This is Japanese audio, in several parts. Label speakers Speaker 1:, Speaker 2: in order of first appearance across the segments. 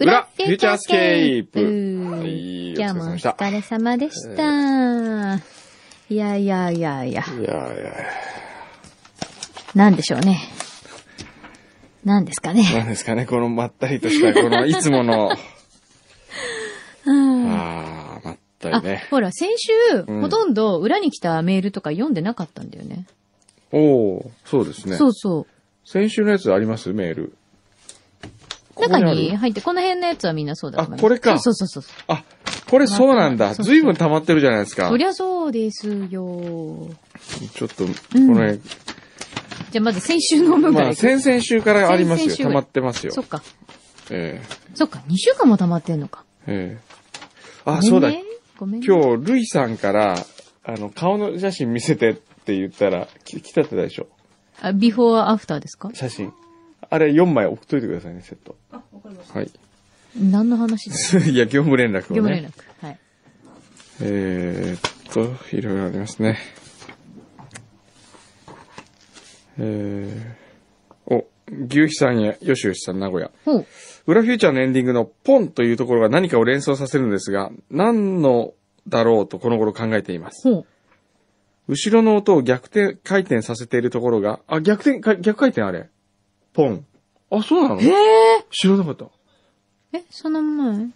Speaker 1: 裏フューチャースケープ
Speaker 2: はい
Speaker 1: 今日もお
Speaker 2: お疲れ様でした
Speaker 1: 疲れ様でした。いやいやいやいや、
Speaker 2: いやいや、
Speaker 1: なんでしょうね。なんですかね。
Speaker 2: なんですかね、このまったりとした、このいつもの、
Speaker 1: うん
Speaker 2: あー、まった
Speaker 1: あ
Speaker 2: りね、。
Speaker 1: ほら、先週、
Speaker 2: うん
Speaker 1: ほとんど裏に来たメールとか読んでなかったんだよね。
Speaker 2: おー、そうですね。
Speaker 1: そうそ
Speaker 2: 先週のやつありますメール。
Speaker 1: う。中
Speaker 2: ここにあ
Speaker 1: に
Speaker 2: る
Speaker 1: 入って、この辺のやつはみんなそうだと思います。
Speaker 2: あこれか
Speaker 1: そうそうそうそう。
Speaker 2: あ、これそうなんだ。
Speaker 1: そうそう
Speaker 2: ずいぶん溜まってるじゃないですか
Speaker 1: そ。りゃそうですよ。
Speaker 2: ちょっと、これ、
Speaker 1: じゃあまず先週の分か
Speaker 2: ま
Speaker 1: ら
Speaker 2: あ、
Speaker 1: いく。
Speaker 2: 先々週からあります
Speaker 1: 先
Speaker 2: よ。
Speaker 1: 々週
Speaker 2: 溜まってますよ
Speaker 1: そ。っか。
Speaker 2: え
Speaker 1: そっか。2週間も溜まってんのか。
Speaker 2: えええあ、そうだ。。
Speaker 1: ごめんね。
Speaker 2: 今日、ルイさんから、あの、顔の写真見せてって言ったら、き来たってたでしょ。
Speaker 1: あ、ビフォーアフターですか
Speaker 2: 写真。あれ4枚送っといてくださいね、セット。あ、わかりました。はい。
Speaker 1: 何の話ですか
Speaker 2: いや、業務連絡を
Speaker 1: 業務連
Speaker 2: ね。
Speaker 1: 絡。はい。
Speaker 2: えーっと、いろいろありますね。えー、お、牛肥さんや、よしよしさん、名古屋。
Speaker 1: ほう。
Speaker 2: 裏フューチャーのエンディングのポンというところが何かを連想させるんですが、何のだろうとこの頃考えています。
Speaker 1: ほう。
Speaker 2: 後ろの音を逆転、回転させているところが、あ、逆転、か逆回転あれポン。あ、そうなの
Speaker 1: へえ。
Speaker 2: 知らなかった。
Speaker 1: え、その前ん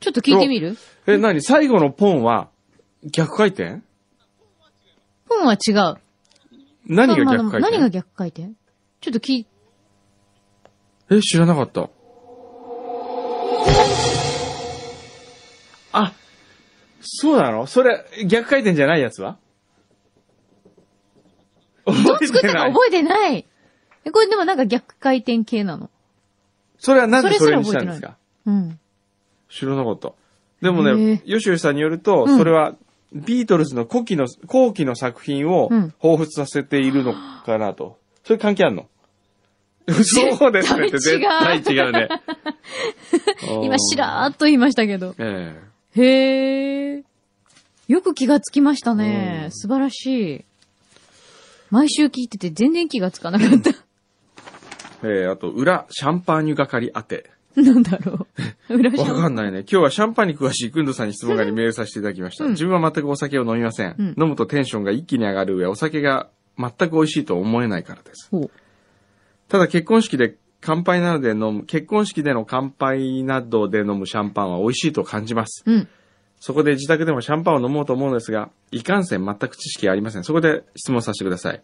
Speaker 1: ちょっと聞いてみる
Speaker 2: え、なに最後のポンは、逆回転
Speaker 1: 本は違う。
Speaker 2: 何が
Speaker 1: まあ
Speaker 2: 逆
Speaker 1: まあ
Speaker 2: 回転
Speaker 1: 何が逆回転ちょっと聞い、
Speaker 2: え、知らなかった。あ、そうなのそれ、逆回転じゃないやつは
Speaker 1: どう
Speaker 2: 覚
Speaker 1: 作
Speaker 2: え
Speaker 1: ってたか
Speaker 2: ない。
Speaker 1: 覚えてない。え、これでもなんか逆回転系なの。
Speaker 2: それはなぜ
Speaker 1: そ
Speaker 2: そ
Speaker 1: れす
Speaker 2: れ
Speaker 1: ら
Speaker 2: にし
Speaker 1: 覚え
Speaker 2: た
Speaker 1: てない
Speaker 2: んですか
Speaker 1: うん。
Speaker 2: 知らなかった。でも
Speaker 1: へ
Speaker 2: ね
Speaker 1: え、
Speaker 2: よしよしさんによると、
Speaker 1: うん
Speaker 2: それは、ビートルズの古希の、後期の作品を
Speaker 1: うん
Speaker 2: 彷彿させているのかなと。それ関係あんのそうですねって絶
Speaker 1: 絶
Speaker 2: 対
Speaker 1: 対違う
Speaker 2: 違う ね。
Speaker 1: 今、しらーっと言いましたけど。
Speaker 2: あーえ
Speaker 1: へえ。よく気がつきましたね
Speaker 2: う。ん
Speaker 1: 素晴らしい。毎週聞いてて全然気がつかなかった。
Speaker 2: えええあと、裏、シャンパーニュ係当て。
Speaker 1: なんだろ う。裏
Speaker 2: わ
Speaker 1: シャン
Speaker 2: かんないね。今日はシャンパンに詳しいくんどさんに質問がありメールさせていただきました。
Speaker 1: うん
Speaker 2: 自分は全くお酒を飲みません。
Speaker 1: うん
Speaker 2: 飲むとテンションが一気に上がる上、お酒が全く美味しいと思えないからです。
Speaker 1: ほう。
Speaker 2: ただ結婚式で乾杯などで飲む、結婚式での乾杯などで飲むシャンパンは美味しいと感じます。
Speaker 1: うん。
Speaker 2: そこで自宅でもシャンパンを飲もうと思うんですが、いかんせん全く知識がありません。そこで質問させてください。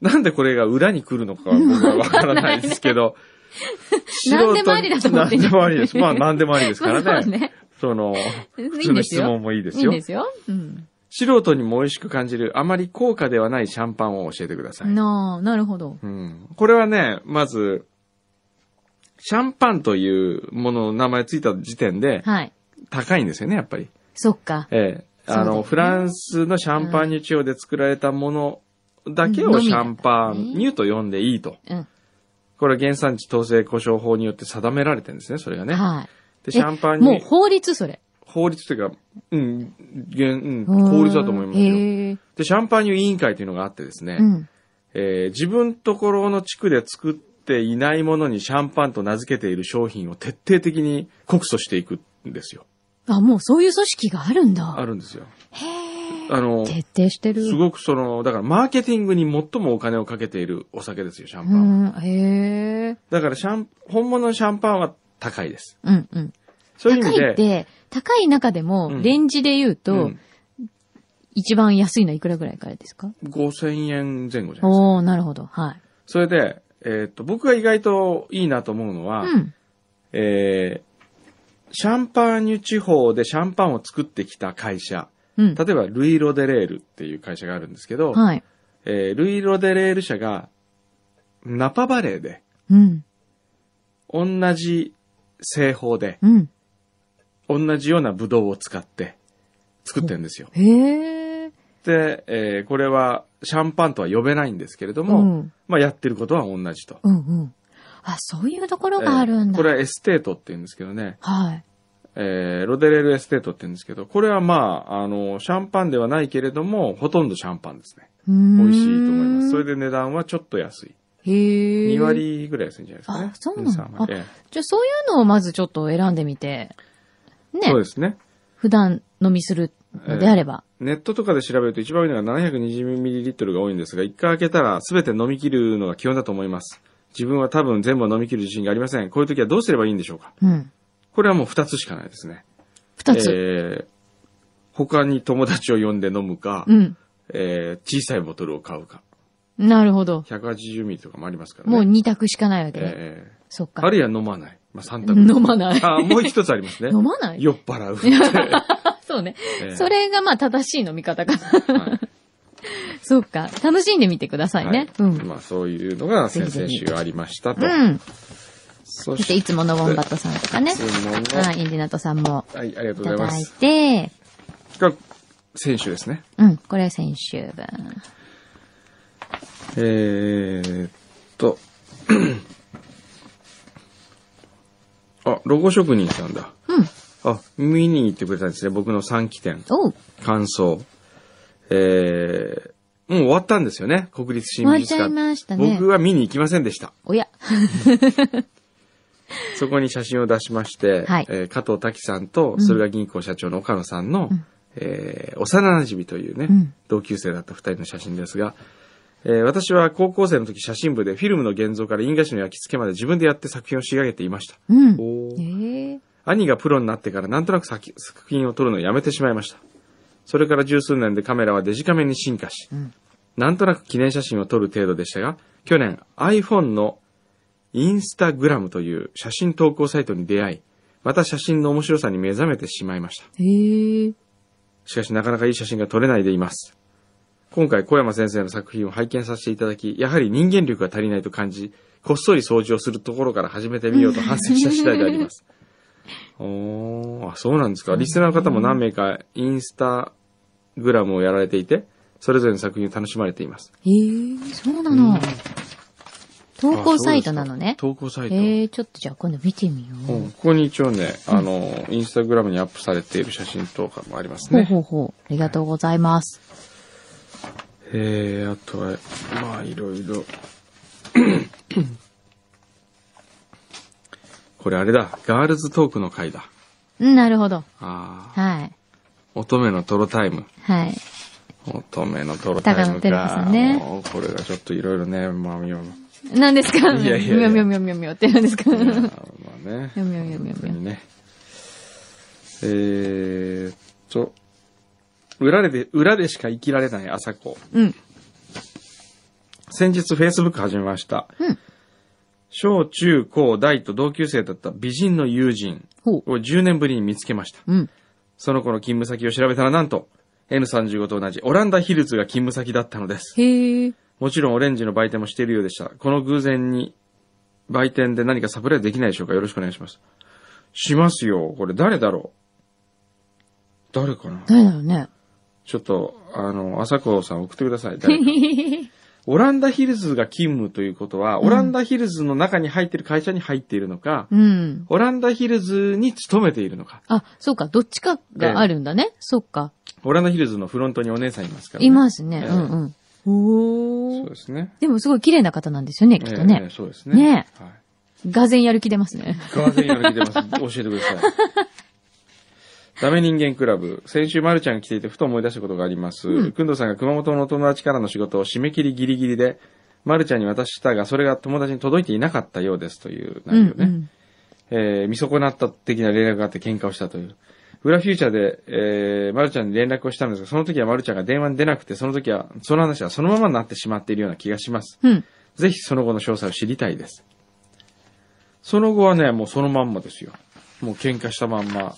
Speaker 2: なんでこれが裏に来るのかは僕はわからないですけど。
Speaker 1: 何でもありだと思って
Speaker 2: 何
Speaker 1: る
Speaker 2: でもありです。まあ何でもありですか
Speaker 1: まあ
Speaker 2: ら
Speaker 1: そう
Speaker 2: ね。
Speaker 1: ね。
Speaker 2: その、普通の質問もいいで
Speaker 1: い
Speaker 2: す
Speaker 1: いん
Speaker 2: よ。
Speaker 1: ですよ。うん。
Speaker 2: 素人にも美味しく感じる、あまり高価ではないシャンパンを教えてください。
Speaker 1: なあ、なるほど。
Speaker 2: うんこれはね、まず、シャンパンというものの名前ついた時点で
Speaker 1: はい。
Speaker 2: 高いんですよね、やっぱり。
Speaker 1: そっか。
Speaker 2: ええ。あ
Speaker 1: そうだ
Speaker 2: の、
Speaker 1: ね
Speaker 2: フランスのシャンパーニュ地方で作られたものだけ
Speaker 1: うん
Speaker 2: をシャンパンニュと呼んでいいと。
Speaker 1: うん。
Speaker 2: これは原産地統制故障法によって定められてるんですね、それがね。
Speaker 1: は
Speaker 2: で、
Speaker 1: い。
Speaker 2: シャンパ
Speaker 1: え
Speaker 2: ン
Speaker 1: もう
Speaker 2: ニュ、
Speaker 1: 法律それ。
Speaker 2: 法律というか、うん、原うん、法律だと思います
Speaker 1: うーん
Speaker 2: よ。
Speaker 1: へえ。
Speaker 2: で、シャンパンニュ委員会というのがあってですね。
Speaker 1: うん。
Speaker 2: えー自分ところの地区で作っていないものにシャンパンと名付けている商品を徹底的に告訴していくんですよ。
Speaker 1: あ、もうそういう組織があるんだ。
Speaker 2: あるんですよ。
Speaker 1: へえ。
Speaker 2: あの、
Speaker 1: 徹底してる。
Speaker 2: すごくその、だからマーケティングに最もお金をかけているお酒ですよ、シャンパ
Speaker 1: う
Speaker 2: ン
Speaker 1: ん。
Speaker 2: は。
Speaker 1: へえ。
Speaker 2: だからシャン、本物のシャンパンは高いです。
Speaker 1: うんうん。
Speaker 2: そういう意
Speaker 1: 高
Speaker 2: 味
Speaker 1: い
Speaker 2: で。
Speaker 1: って、高い中で
Speaker 2: う
Speaker 1: も、
Speaker 2: ん
Speaker 1: レンジで言う
Speaker 2: う
Speaker 1: と、
Speaker 2: ん
Speaker 1: 一番安いのはいくらぐらいからですか
Speaker 2: 5000円前後じゃないですか。
Speaker 1: おー、なるほど。はい。
Speaker 2: それで、えーっと、僕が意外といいなと思うのは、
Speaker 1: うん。
Speaker 2: えーシャンパーニュ地方でシャンパンを作ってきた会社、
Speaker 1: うん。
Speaker 2: 例えば、ルイ・ロデレールっていう会社があるんですけど、
Speaker 1: はい。
Speaker 2: えールイ・ロデレール社が、ナパバレーで、
Speaker 1: うん。
Speaker 2: 同じ製法で、
Speaker 1: うん。
Speaker 2: 同じようなブドウを使って作ってるんですよ。
Speaker 1: へえ。
Speaker 2: で、えーこれはシャンパンとは呼べないんですけれども、
Speaker 1: うん
Speaker 2: まあやってることは同じと。
Speaker 1: うんうん。あ、そういうところがあるん
Speaker 2: えー
Speaker 1: だ。
Speaker 2: これはエステートって言うんですけどね、
Speaker 1: はい。
Speaker 2: えーロデレルエステートって言うんですけど、これはまあ、あの、シャンパンではないけれども、ほとんどシャンパンですね。
Speaker 1: 美
Speaker 2: 美味しいと思います。それで値段はちょっと安い。
Speaker 1: で、へえ。
Speaker 2: 2。割ぐらい安いんじゃないですかね。
Speaker 1: あそうなの
Speaker 2: 2 3割え
Speaker 1: じゃあそういうのをまずちょっと選んでみて、
Speaker 2: え
Speaker 1: ね
Speaker 2: そう、ですね。
Speaker 1: 普段飲みするのであれば。
Speaker 2: ネットとかで調べると一番多いのが 720ml が多いんですが、一回開けたら全て飲み切るのが基本だと思います。自分は多分全部は飲み切る自信がありません。こういう時はどうすればいいんでしょうか
Speaker 1: うん。
Speaker 2: これはもう二つしかないですね。
Speaker 1: 二つ。
Speaker 2: えー他に友達を呼んで飲むか、
Speaker 1: うん。
Speaker 2: えー小さいボトルを買うか。
Speaker 1: なるほど。
Speaker 2: 180ml とかもありますからね。
Speaker 1: もう二択しかないわけね。
Speaker 2: え
Speaker 1: そっ
Speaker 2: ーあ
Speaker 1: か。
Speaker 2: るいは飲まない。まあ3択。
Speaker 1: 飲まない。
Speaker 2: あ、もう一つありますね。
Speaker 1: 飲まない
Speaker 2: 酔っ 払うって。
Speaker 1: そうね。
Speaker 2: ええ
Speaker 1: それがまあ正しい飲み方かな。
Speaker 2: はい
Speaker 1: そうか。楽しんでみてくださいね。うん。
Speaker 2: まあそういうのが先々
Speaker 1: ぜひ
Speaker 2: 週
Speaker 1: ぜ
Speaker 2: ありましたと。
Speaker 1: うん。
Speaker 2: そ
Speaker 1: そしていつものウォンバットさんとかね
Speaker 2: い。つもの
Speaker 1: はい、インディナトさんも
Speaker 2: はい、ありがと
Speaker 1: いう
Speaker 2: ござ
Speaker 1: た
Speaker 2: いま
Speaker 1: だい
Speaker 2: す。
Speaker 1: て、
Speaker 2: が、先週ですね。
Speaker 1: うん、これ先週分。
Speaker 2: えー、っと。 あ、ロゴ職人さんだ。
Speaker 1: うん。
Speaker 2: あ、見に行ってくれたんですね。僕の3期展。
Speaker 1: おう。
Speaker 2: 感想。えー、もう終わったんですよね。国立新美術館。
Speaker 1: 終わっちゃいましたね
Speaker 2: 僕は見に行きませんでした。
Speaker 1: おや。
Speaker 2: そこに写真を出しまして、
Speaker 1: はい
Speaker 2: えー加藤滝さんと、駿河銀行社長の岡野さんの、えー幼馴染というね、
Speaker 1: うん
Speaker 2: 同級生だった二人の写真ですが、えー私は高校生の時写真部でフィルムの現像から印画紙の焼き付けまで自分でやって作品を仕上げていました。
Speaker 1: うん。
Speaker 2: おー
Speaker 1: ええ。
Speaker 2: 兄がプロになってからなんとなく作作品を撮るのをやめてしまいました。それから十数年でカメラはデジカメに進化し、
Speaker 1: うん
Speaker 2: なんとなく記念写真を撮る程度でしたが、去年 iPhone のインスタグラムという写真投稿サイトに出会い、また写真の面白さに目覚めてしまいました。
Speaker 1: へえ。
Speaker 2: しかしなかなかいい写真が撮れないでいます。今回小山先生の作品を拝見させていただき、やはり人間力が足りないと感じ、こっそり掃除をするところから始めてみようと反省した次第であり ます。おー、あ、そうなんですか。リスナーの方も何名かインスタグラムをやられていて、それぞれの作品を楽しまれています。
Speaker 1: へえ、そうなの。投稿サイトなの
Speaker 2: あ
Speaker 1: ね。
Speaker 2: そうですか投稿サイト。
Speaker 1: へえ、ちょっとじゃあ今度見てみよ
Speaker 2: う
Speaker 1: う。
Speaker 2: んここに一応ね、あの、インスタグラムにアップされている写真とかもあります
Speaker 1: ほう
Speaker 2: ね。
Speaker 1: ほうほう。ありがとうございます。
Speaker 2: えー、あとは、まあ、いろいろ。 これあれだ。ガールズトークの回だ。
Speaker 1: うん、なるほど。
Speaker 2: ああ。
Speaker 1: はい。
Speaker 2: 乙女のトロタイム。
Speaker 1: はい。
Speaker 2: 乙女のトロタイム
Speaker 1: 高野照子
Speaker 2: か。
Speaker 1: さんね
Speaker 2: もうこれがちょっといろいろね、まあ、みよ
Speaker 1: 何ですか
Speaker 2: いやいやいや
Speaker 1: みょみょみょみょみょって何ですか
Speaker 2: まあ
Speaker 1: は
Speaker 2: ね。
Speaker 1: みょみょみょみょ
Speaker 2: 本当にね。えーっと、裏で、裏でしか生きられない朝子。
Speaker 1: うん
Speaker 2: 先日 Facebook 始めました。
Speaker 1: うん
Speaker 2: 小中高大と同級生だった美人の友人
Speaker 1: ほう
Speaker 2: を10年ぶりに見つけました。
Speaker 1: うん。
Speaker 2: その子の勤務先を調べたらなんと、N35 と同じオランダヒルズが勤務先だったのです。
Speaker 1: へえ。
Speaker 2: もちろんオレンジの売店もしているようでした。この偶然に、売店で何かサプライズできないでしょうかよろしくお願いします。しますよ。これ誰だろう誰かな
Speaker 1: 誰だろうね。
Speaker 2: ちょっと、あの、朝子さん送ってくださ い。誰かオランダヒルズが勤務ということは、オランダヒルズの中に入っている会社に入っているのか、
Speaker 1: うん。
Speaker 2: オランダヒルズに勤めているのか。
Speaker 1: あ、そうか。どっちかがあるんだね。そうか。
Speaker 2: オランダヒルズのフロントにお姉さんいますから、
Speaker 1: いますね。
Speaker 2: え
Speaker 1: う
Speaker 2: え
Speaker 1: んうん。
Speaker 2: そ
Speaker 1: お
Speaker 2: う
Speaker 1: ー。
Speaker 2: ですね。
Speaker 1: でもすごい綺麗な方なんですよね、きっと
Speaker 2: ええ
Speaker 1: ね。
Speaker 2: そうですね。
Speaker 1: ね
Speaker 2: はい。
Speaker 1: がぜんやる気出ますね。
Speaker 2: ガーゼンやる気出ます。教えてください。ダメ人間クラブ。先週、まるちゃんが来ていて、ふと思い出したことがあります。
Speaker 1: うん
Speaker 2: くんどさんが熊本のお友達からの仕事を締め切りギリギリで、まるちゃんに渡したが、それが友達に届いていなかったようですという
Speaker 1: う
Speaker 2: 内容
Speaker 1: ん
Speaker 2: ね。
Speaker 1: うん。
Speaker 2: えー見損なった的な連絡があって喧嘩をしたという。裏フューチャーで、えー、まるちゃんに連絡をしたんですが、その時はまるちゃんが電話に出なくて、その時は、その話はそのままになってしまっているような気がします。
Speaker 1: うん。
Speaker 2: ぜひその後の詳細を知りたいです。その後はね、もうそのまんまですよ。もう喧嘩したまんま。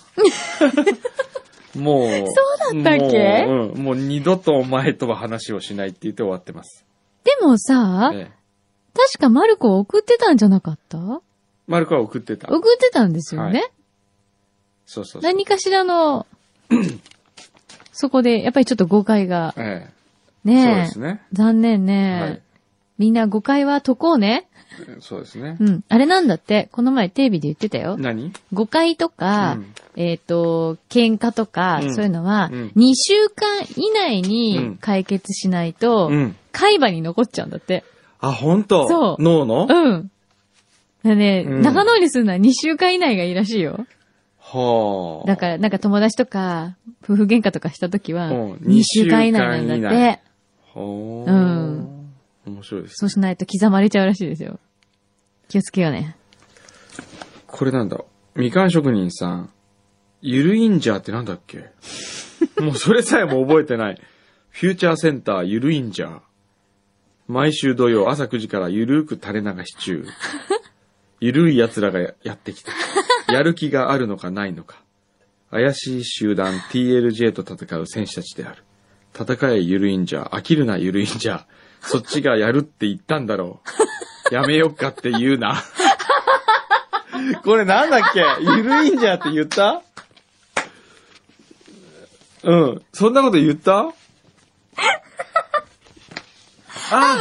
Speaker 2: もう、
Speaker 1: そうだったっけ
Speaker 2: もう、うん、もう二度とお前とは話をしないって言って終わってます。
Speaker 1: でもさ、
Speaker 2: ええ、
Speaker 1: 確かマルコ送ってたんじゃなかった
Speaker 2: マルコは送ってた。
Speaker 1: 送ってたんですよね。
Speaker 2: はそうそうそう。
Speaker 1: 何かしら の、そこで、やっぱりちょっと誤解が。
Speaker 2: ええ、そうで
Speaker 1: ねえ。
Speaker 2: すね。
Speaker 1: 残念ね、
Speaker 2: はい。
Speaker 1: みんな誤解は解こうね。
Speaker 2: そうですね
Speaker 1: う。ん。あれなんだって、この前テレビで言ってたよ。
Speaker 2: 何
Speaker 1: 誤解とか、
Speaker 2: うん
Speaker 1: えっ、と、喧嘩とか、
Speaker 2: うん
Speaker 1: そういうのは、
Speaker 2: うん
Speaker 1: 2週間以内
Speaker 2: う
Speaker 1: に
Speaker 2: ん
Speaker 1: 解決しないと、
Speaker 2: うん。
Speaker 1: 海馬に残っちゃうんだって。
Speaker 2: あ、本当
Speaker 1: そう
Speaker 2: 脳の
Speaker 1: うん。だね、
Speaker 2: うん
Speaker 1: 仲直りするのは2週間以内がいいらしいよ。
Speaker 2: はあ。
Speaker 1: だから、なんか友達とか、夫婦喧嘩とかした時は、
Speaker 2: うん
Speaker 1: 2週間以内なんだっ
Speaker 2: 二週間以内
Speaker 1: て。
Speaker 2: ほ
Speaker 1: う
Speaker 2: うん。面白いです
Speaker 1: そ
Speaker 2: ね。
Speaker 1: うしないと刻まれちゃうらしいですよ。気をつけようね。
Speaker 2: これなんだ。みかん職人さん。ゆるインジャーってなんだっけもうそれさえも覚えてない。フューチャーセンターゆるインジャー。毎週土曜朝9時からゆるーく垂れ流し中。ゆるい奴らがややってきた。やる気があるのかないのか。怪しい集団 TLJ と戦う戦士たちである。戦えゆるインジャー。飽きるなゆるインジャー。そっちがやるって言ったんだろう。やめよっかって言うな。これなんだっけゆるいんじゃって言ったうん。そんなこと言ったあ、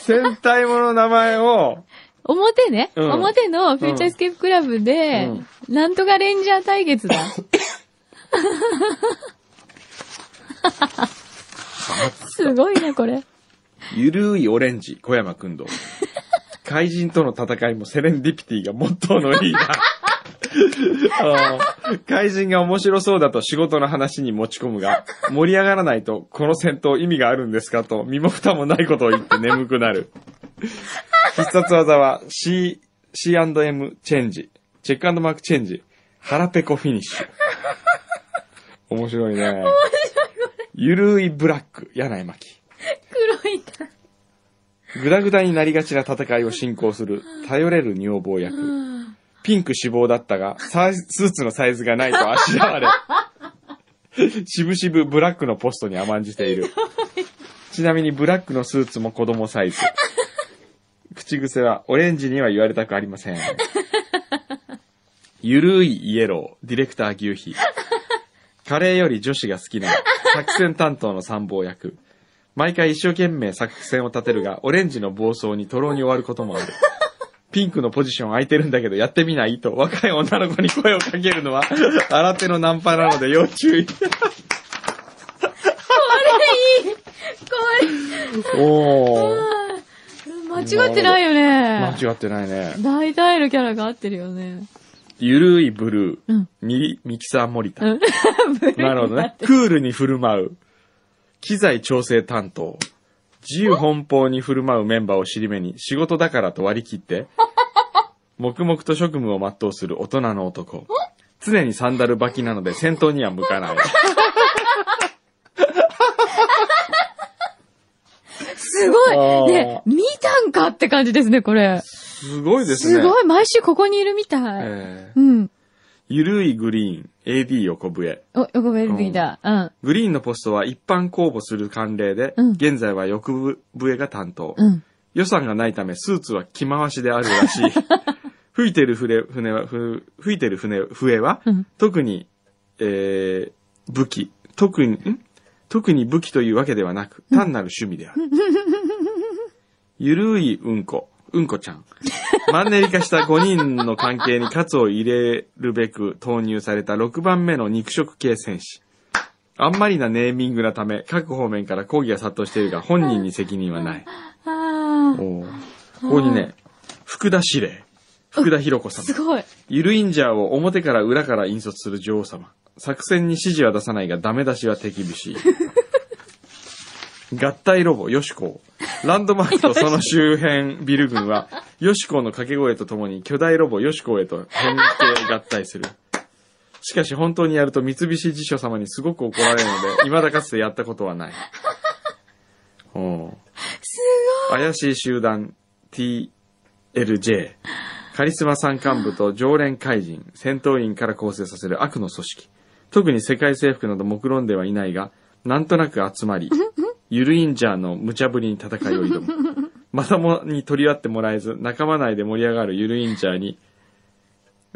Speaker 2: 戦隊もの名前を、
Speaker 1: 表ね、
Speaker 2: うん
Speaker 1: 表のフューチャースケープクラブで、なんとかレンジャー対決 だ。すごいね、これ。
Speaker 2: ゆるいオレンジ、小山くんどう。怪人との戦いもセレンディピティがモットーのリーダー。あー怪人が面白そうだと仕事の話に持ち込むが、盛り上がらないと、この戦闘意味があるんですかと、身も蓋もないことを言って眠くなる。必殺技は C、C&M チェンジ、チェックマークチェンジ、腹ペコフィニッシュ。面白いね。面白いゆるいブラック、柳巻。
Speaker 1: 黒いな。
Speaker 2: ぐだぐだになりがちな戦いを進行する、頼れる女房役。ピンク志望だったが、サイスーツのサイズがないとあしらわれ、しぶしぶブラックのポストに甘んじている。ちなみにブラックのスーツも子供サイズ。口癖は、オレンジには言われたくありません。ゆるいイエロー、ディレクター牛皮。カレーより女子が好きな、作戦担当の参謀役。毎回一生懸命作戦を立てるが、オレンジの暴走にトロに終わること もある。ピンクのポジション空いてるんだけどやってみないと若い女の子に声をかけるのは 新手のナンパなので要注意。
Speaker 1: こ
Speaker 2: おー。
Speaker 1: れ、間違ってないよね。
Speaker 2: 間違ってないね。
Speaker 1: 大体のキャラが合ってるよね。
Speaker 2: ゆるいブルー。
Speaker 1: うん
Speaker 2: ミミキサー森田。
Speaker 1: うん
Speaker 2: な るほどね。クールに振る舞う。機材調整担当。自由奔放に振る舞うメンバーを尻目に仕事だからと割り 切って、黙々と職務を全うする大人の男。常にサンダル履きなので戦闘には向かない。
Speaker 1: すごいね
Speaker 2: あ、
Speaker 1: 見たんかって感じですね、これ。
Speaker 2: すごいですね。
Speaker 1: すごい、毎週ここにいるみたい。
Speaker 2: えー
Speaker 1: うん。
Speaker 2: ゆるいグリーン、AD 横笛。
Speaker 1: お、よくべるべきだ。うん。
Speaker 2: グリーンのポストは一般公募する慣例で、
Speaker 1: うん
Speaker 2: 現在は横笛が担当。
Speaker 1: うん。
Speaker 2: 予算がないため、スーツは着回しである らしい。吹いてる船船は、ふ吹いてる船、笛は、
Speaker 1: うん
Speaker 2: 特に、えー、武器、特に、ん特に武器というわけではなく、単なる趣味であ る。ゆるいうんこ、うんこちゃん。マンネリ化した5人の関係にカツを入れるべく投入された6番目の肉食系戦士。あんまりなネーミングなため、各方面から抗議が殺到しているが、本人に責任はない。
Speaker 1: あ
Speaker 2: おーここにね、福田司令、福田博子
Speaker 1: あ、す
Speaker 2: 様、
Speaker 1: ごい。
Speaker 2: ゆるインジャーを表から裏から引率する女王様、作戦に指示は出さないがダメ出しは手厳しい。合体ロボ、ヨシコ。ランドマークとその周辺ビル群は、ヨシコの掛け声とともに巨大ロボヨシコへと変形合体する。しかし本当にやると三菱辞書様にすごく怒られるので、未だかつてやったことはない。おう怪しい集団 TLJ。カリスマ山間部と常連怪人、戦闘員から構成させる悪の組織。特に世界征服など目論んではいないが、なんとなく 集まり、ゆるインジャーの無茶ぶりに戦いを挑む。まともに取り合ってもらえず、仲間内で盛り上がるゆるインジャーに、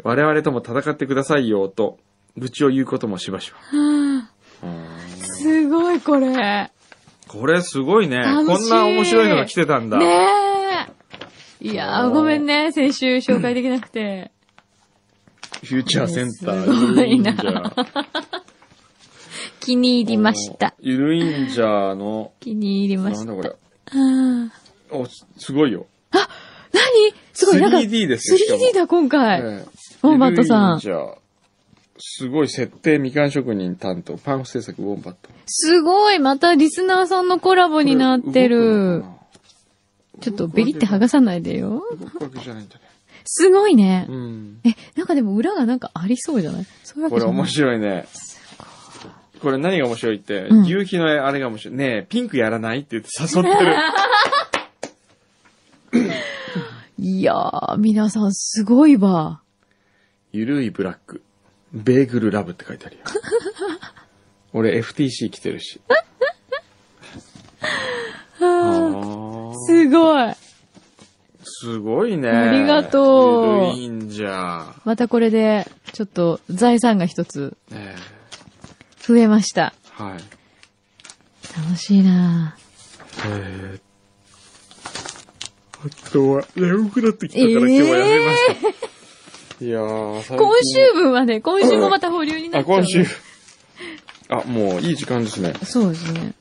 Speaker 2: 我々とも戦ってくださいよ、と、愚痴を言うこともしばしば。
Speaker 1: すごい、これ。
Speaker 2: これすごいね。
Speaker 1: 楽
Speaker 2: こ
Speaker 1: しい
Speaker 2: んな面白いのが来てたんだ。
Speaker 1: ねえ。いや
Speaker 2: お
Speaker 1: ー、
Speaker 2: ー
Speaker 1: ごめんね。先週紹介できなくて。
Speaker 2: フューチャーセンター、
Speaker 1: すごいな
Speaker 2: ゆるインジャー。
Speaker 1: 気に入りました。
Speaker 2: ゆるインジャーの、
Speaker 1: 気に入りま
Speaker 2: な
Speaker 1: し
Speaker 2: ん
Speaker 1: た。
Speaker 2: だこれ。
Speaker 1: うん
Speaker 2: お、すすごいよ。
Speaker 1: 何すごい、なんか、
Speaker 2: 3D ですよしかも
Speaker 1: 3D だ、今回。
Speaker 2: ええ
Speaker 1: ウォンバットさん
Speaker 2: ゆるインジャーすごい設定、みかん職人担当、パンフ制作、ウォンバット。
Speaker 1: すごい、またリスナーさんのコラボになってる。ちょっとベリって剥がさないでよ。
Speaker 2: 動くわけじゃないんだね。
Speaker 1: すごいね
Speaker 2: う。ん。
Speaker 1: え、なんかでも裏がなんかありそうじゃないそういうわ
Speaker 2: こ
Speaker 1: けじ
Speaker 2: れ
Speaker 1: ゃない
Speaker 2: 面白いね。これ何が面白いって、
Speaker 1: うん
Speaker 2: 牛皮のあれが面白い。ねえ、ピンクやらないって言って誘っ てる。
Speaker 1: いやー、皆さんすごいわ。
Speaker 2: ゆるいブラック。ベーグルラブって書い てあるよ。俺 FTC 着てるし。あー
Speaker 1: すごい。
Speaker 2: すごいね。
Speaker 1: ありがとう
Speaker 2: ゆるいんじゃ。
Speaker 1: またこれで、ちょっと財産が一つ
Speaker 2: え
Speaker 1: 増えました。
Speaker 2: えはい。
Speaker 1: 楽しいなぁ。
Speaker 2: えー、あとは、眠くなってきたから今日はやめました。いやー、最近
Speaker 1: 今週分はね、今週もまた保留にな
Speaker 2: あ、
Speaker 1: っちゃう。
Speaker 2: 今週。。あ、もういい時間ですね。
Speaker 1: そうですね。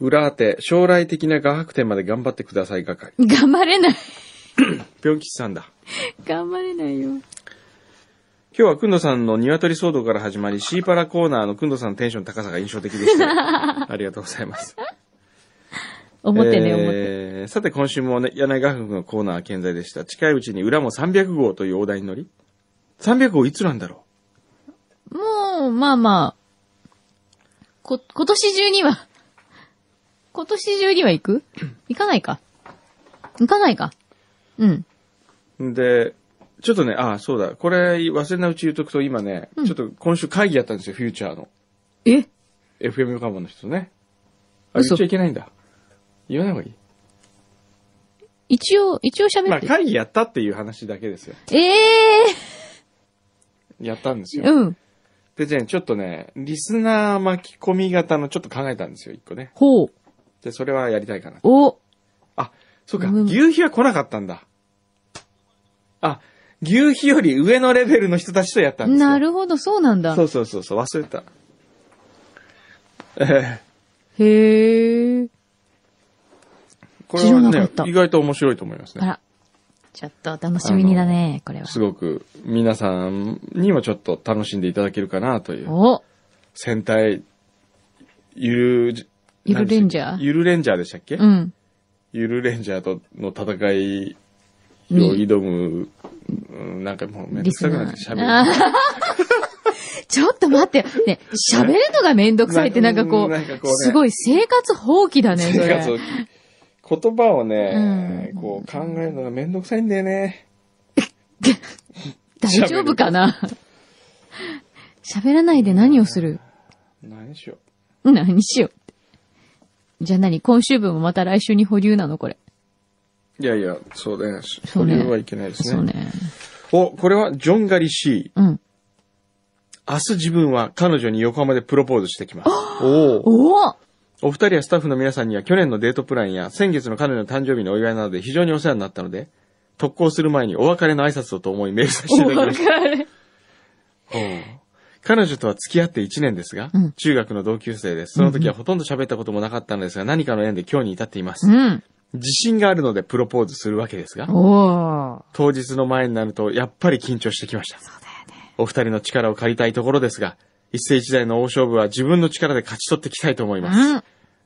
Speaker 2: 裏当て、将来的な画伯展まで頑張ってください係。
Speaker 1: 頑張れない。
Speaker 2: ぴょん吉さんだ。
Speaker 1: 頑張れないよ。
Speaker 2: 今日はくんどさんの鶏騒動から始まり、シーパラコーナーのくんどさんのテンションの高さが印象的 でした。ありがとうございます。
Speaker 1: 表ね、表。
Speaker 2: えーさて今週もね、柳川君のコーナーは健在でした。近いうちに裏も300号という大台に乗り、300号いつなんだろ
Speaker 1: もう、まあまあ。こ、今年中には、今年中には行く行かないか。行かないか。うん。
Speaker 2: うで、ちょっとね、ああ、そうだ。これ忘れないうち言うとくと今ね、
Speaker 1: うん
Speaker 2: ちょっと今週会議やったんですよ、フューチャーの。
Speaker 1: え
Speaker 2: FM 横浜の人とね。あ、言
Speaker 1: 嘘
Speaker 2: っちゃいけないんだ。言わない方がいい。
Speaker 1: 一応、一応
Speaker 2: ま
Speaker 1: 喋
Speaker 2: あ
Speaker 1: って。
Speaker 2: 会議やったっていう話だけですよ。
Speaker 1: え
Speaker 2: やったんです
Speaker 1: え
Speaker 2: よ
Speaker 1: ー、。うん。
Speaker 2: で、じゃあちょっとね、リスナー巻き込み型のちょっと考えたんですよ、一個ね。
Speaker 1: ほう。
Speaker 2: で、それはやりたいかな。
Speaker 1: お。
Speaker 2: そうか、
Speaker 1: うん
Speaker 2: 牛皮は来なかったんだ。あ、牛皮より上のレベルの人たちとやったんですよ。
Speaker 1: なるほど、そうなんだ
Speaker 2: そ。うそうそうそう、忘れた。え
Speaker 1: へえ。
Speaker 2: ー、これは
Speaker 1: 知らなか
Speaker 2: ね
Speaker 1: った、
Speaker 2: 意外と面白いと思います
Speaker 1: あ
Speaker 2: ね。
Speaker 1: ら。ちょっと楽しみにだね、これは。
Speaker 2: すごく皆さんにもちょっと楽しんでいただけるかなという。
Speaker 1: お
Speaker 2: 戦隊、ゆる、
Speaker 1: ゆるレンジャー
Speaker 2: 何でしたっけゆるレンジャーでしたっけ、
Speaker 1: うん。
Speaker 2: ゆるレンジャーとの戦いを
Speaker 1: に
Speaker 2: 挑む、うん、なんかもうめんど
Speaker 1: リ
Speaker 2: く
Speaker 1: ス
Speaker 2: さくな
Speaker 1: ナ
Speaker 2: って
Speaker 1: ー。
Speaker 2: 喋る。
Speaker 1: あはは ちょっと待って。ね、喋るのがめんどくさいってなんかこ
Speaker 2: なんかこう
Speaker 1: う、
Speaker 2: ね
Speaker 1: すごい生活放棄だね、そ
Speaker 2: 生活を
Speaker 1: れ。
Speaker 2: 言葉をね、
Speaker 1: うん
Speaker 2: こう考えるのがめんどくさいんだよね。
Speaker 1: 大丈夫かな喋らないで何をする
Speaker 2: 何しよ
Speaker 1: 何しようって。じゃあ何今週分もまた来週に保留なのこれ。
Speaker 2: う。いやいや、そうだよ。そ
Speaker 1: そうね
Speaker 2: れはいけないです
Speaker 1: そう
Speaker 2: ね。
Speaker 1: ね。
Speaker 2: お、これはジョンガリ C。
Speaker 1: うん。
Speaker 2: 明日自分は彼女に横浜でプロポーズしてきます。おお。
Speaker 1: おお
Speaker 2: お二人やスタッフの皆さんには去年のデートプランや先月の彼女の誕生日のお祝いなどで非常にお世話になったので、特攻する前にお別れの挨拶をと思いメールさせていただきました。
Speaker 1: れ。
Speaker 2: 彼女とは付き合って1年ですが、
Speaker 1: うん
Speaker 2: 中学の同級生です。その時はほとんど喋ったこともなかったのですが、何かの縁で今日に至っています。
Speaker 1: うん。
Speaker 2: 自信があるのでプロポーズするわけですが、
Speaker 1: おお。
Speaker 2: 当日の前になるとやっぱり緊張してきました。お二人の力を借りたいところですが、一世一代の大勝負は自分の力で勝ち取っていきたいと思います。
Speaker 1: うん。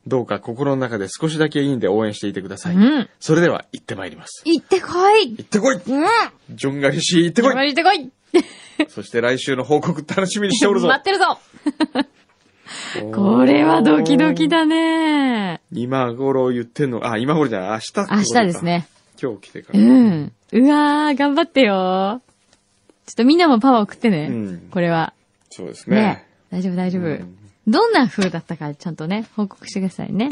Speaker 2: どうか心の中で少しだけいいんで応援していてください。
Speaker 1: うん。
Speaker 2: それでは行ってまいります。
Speaker 1: 行ってこい
Speaker 2: 行ってこい
Speaker 1: うん
Speaker 2: ジョンガリシー行ってこい
Speaker 1: 行ってこい
Speaker 2: そして来週の報告楽しみにしておるぞ
Speaker 1: 待ってるぞこれはドキドキだね
Speaker 2: 今頃言ってんの、あ、今頃じゃない、明日ってことか
Speaker 1: 明日です。ね。
Speaker 2: 今日来てか
Speaker 1: う
Speaker 2: ら。
Speaker 1: ん。うわー、頑張ってよちょっとみんなもパワー送ってね。
Speaker 2: うん
Speaker 1: これは。
Speaker 2: そうです
Speaker 1: ね
Speaker 2: ね。
Speaker 1: 大丈夫、大丈夫。
Speaker 2: うん
Speaker 1: どんな風だったか、ちゃんとね、報告してくださいね。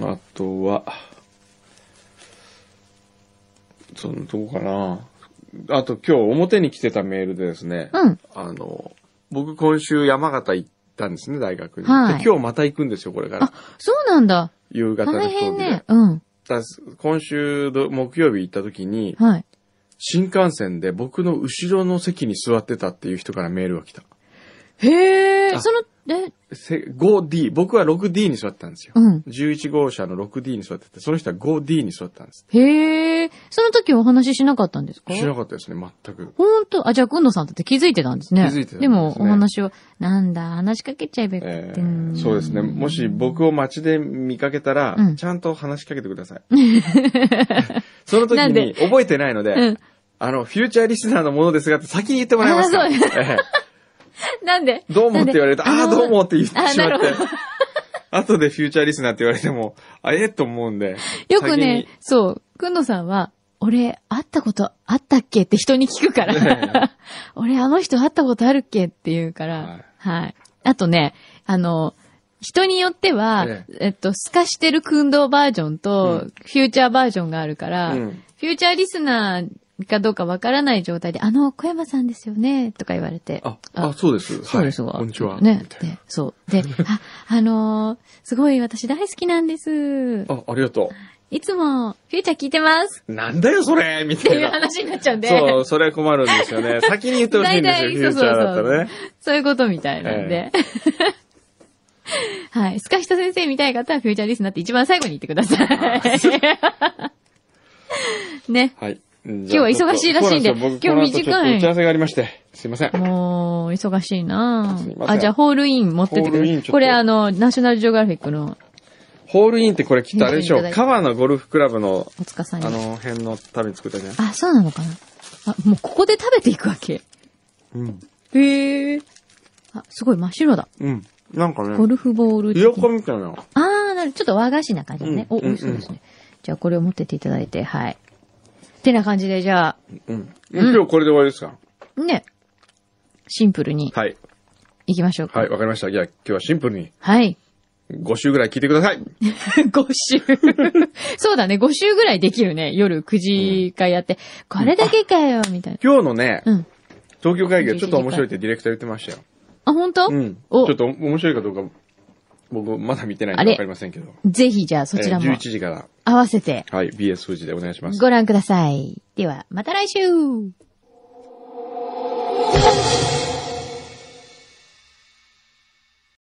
Speaker 2: あとは、そのとこかな。あと今日表に来てたメールでですね、
Speaker 1: うん
Speaker 2: あの、僕今週山形行ったんですね、大学に。
Speaker 1: はい
Speaker 2: で今日また行くんですよ、これから
Speaker 1: あ。、そうなんだ。
Speaker 2: 夕方の飛
Speaker 1: 大
Speaker 2: 行
Speaker 1: 変
Speaker 2: 機で。
Speaker 1: ね。うん。
Speaker 2: だ今週土木曜日行った時に、
Speaker 1: はい。
Speaker 2: 新幹線で僕の後ろの席に座ってたっていう人からメールが来た。
Speaker 1: へえ、
Speaker 2: あ
Speaker 1: その、え、
Speaker 2: せ 5D、僕は 6D に座ってたんですよ。
Speaker 1: うん
Speaker 2: 11号車の 6D に座ってて、その人は 5D に座ってたんです。
Speaker 1: へえ、その時お話ししなかったんですか
Speaker 2: 知らなかったですね、全く。
Speaker 1: ほんと、あ、じゃあ、くんどさんだって気づいてたんですね。
Speaker 2: 気づいてたんですね
Speaker 1: でも、お話を、なんだ、話しかけちゃえばよか
Speaker 2: え
Speaker 1: った
Speaker 2: ーそうですね。もし僕を街で見かけたら、
Speaker 1: うん
Speaker 2: ちゃんと話しかけてください。 その時
Speaker 1: なんで
Speaker 2: に覚えてないので、
Speaker 1: うん
Speaker 2: あの、フューチャーリスナーのものですがって先に言ってもらえますか
Speaker 1: あそう
Speaker 2: え
Speaker 1: なんで
Speaker 2: えどうもって言われると、あ
Speaker 1: なんであ
Speaker 2: あー、
Speaker 1: の
Speaker 2: どうもって言ってしまっ
Speaker 1: あなるほ
Speaker 2: て。後でフューチャーリスナーって言われても、あえっと思うんで。
Speaker 1: よくね
Speaker 2: 先に、
Speaker 1: そう、くんどさんは、俺、会ったことあったっけって人に聞くか
Speaker 2: ね
Speaker 1: ら。 俺、あの人会ったことあるっけって言うから。はい。あとね、あの、人によっては
Speaker 2: え、
Speaker 1: えっと、透かしてるくんどバージョンと、
Speaker 2: う
Speaker 1: フューチャーバージョンがあるから、
Speaker 2: うん
Speaker 1: フューチャーリスナーかどうかわからない状態で、あの、小山さんですよね、とか言われて。
Speaker 2: あ、あ、そうです。
Speaker 1: そうです
Speaker 2: はい
Speaker 1: わ。
Speaker 2: こんにちは。
Speaker 1: ね
Speaker 2: み。たい
Speaker 1: で、そう。 で、あ、あのーすごい私大好きなんです。
Speaker 2: なあ、ありがと
Speaker 1: いつも、フューチャー聞いてます
Speaker 2: う。なんだよ、それみ
Speaker 1: って
Speaker 2: たい
Speaker 1: いう
Speaker 2: な。
Speaker 1: 話になっちゃうんで。
Speaker 2: そう、それは困るんですよ ね。先に言ってほしいんですよ、フューチャーだったらね。
Speaker 1: そういうことみたいなんで。 はい。スカヒト先生見たい方はフューチャーリスナーって一番最後に言ってください。 ね。
Speaker 2: はい。今
Speaker 1: 日は忙しいらしいんで
Speaker 2: 今
Speaker 1: 今
Speaker 2: 日
Speaker 1: 日
Speaker 2: 短い。
Speaker 1: 短い
Speaker 2: この後ちょっと打ち合わせがありまして。すいません。
Speaker 1: もう、忙しいな
Speaker 2: すいません
Speaker 1: あ、じゃあホールイン持ってって
Speaker 2: ホー
Speaker 1: く
Speaker 2: ルイン
Speaker 1: れ
Speaker 2: ちょっと
Speaker 1: これあの、ナショナルジオグラフィックの
Speaker 2: ホールインってこれきっとあれでしょ
Speaker 1: 見て
Speaker 2: う。
Speaker 1: いただいて
Speaker 2: 川のゴルフクラブの、
Speaker 1: おつかさ
Speaker 2: あ
Speaker 1: んに。
Speaker 2: の辺のために作ったじゃない
Speaker 1: あ、そうなのかなあ、もうここで食べていくわけ。
Speaker 2: うん。
Speaker 1: へえ。あ、すごい真っ白だ。
Speaker 2: うん。なんか
Speaker 1: ゴ
Speaker 2: ね、
Speaker 1: ルフボール的
Speaker 2: 色粉みたいな。
Speaker 1: あー、なるちょっと和菓子な感じだね。
Speaker 2: うん
Speaker 1: お、美味しそうですね。じゃあこれを持ってっていただいて、はい。てな感じで、じゃ
Speaker 2: うん。今日これで終わりですか
Speaker 1: あ、ね。シンプルに
Speaker 2: はい。
Speaker 1: 行きましょうか。
Speaker 2: はい、わかりました。じゃあ今日はシンプルに
Speaker 1: はい。
Speaker 2: 5週ぐらい聞いてください。
Speaker 1: 5週。そうだね、5週ぐらいできるね。夜9時からやって、これだけかよ、みたい
Speaker 2: 今日のね、
Speaker 1: な。うん。
Speaker 2: 東京会議はちょっと面白いってディレクター言ってましたよ。
Speaker 1: あ、本当？
Speaker 2: うん。ち
Speaker 1: お
Speaker 2: ょっ、と面白いかどうか、僕まだ見てないん
Speaker 1: あれ
Speaker 2: でわかりませんけど。
Speaker 1: ぜひじゃあそちら
Speaker 2: えー
Speaker 1: も
Speaker 2: 11時から、
Speaker 1: 合わせて
Speaker 2: はい、BS 富士でお願いします。
Speaker 1: ご覧ください。では、また来週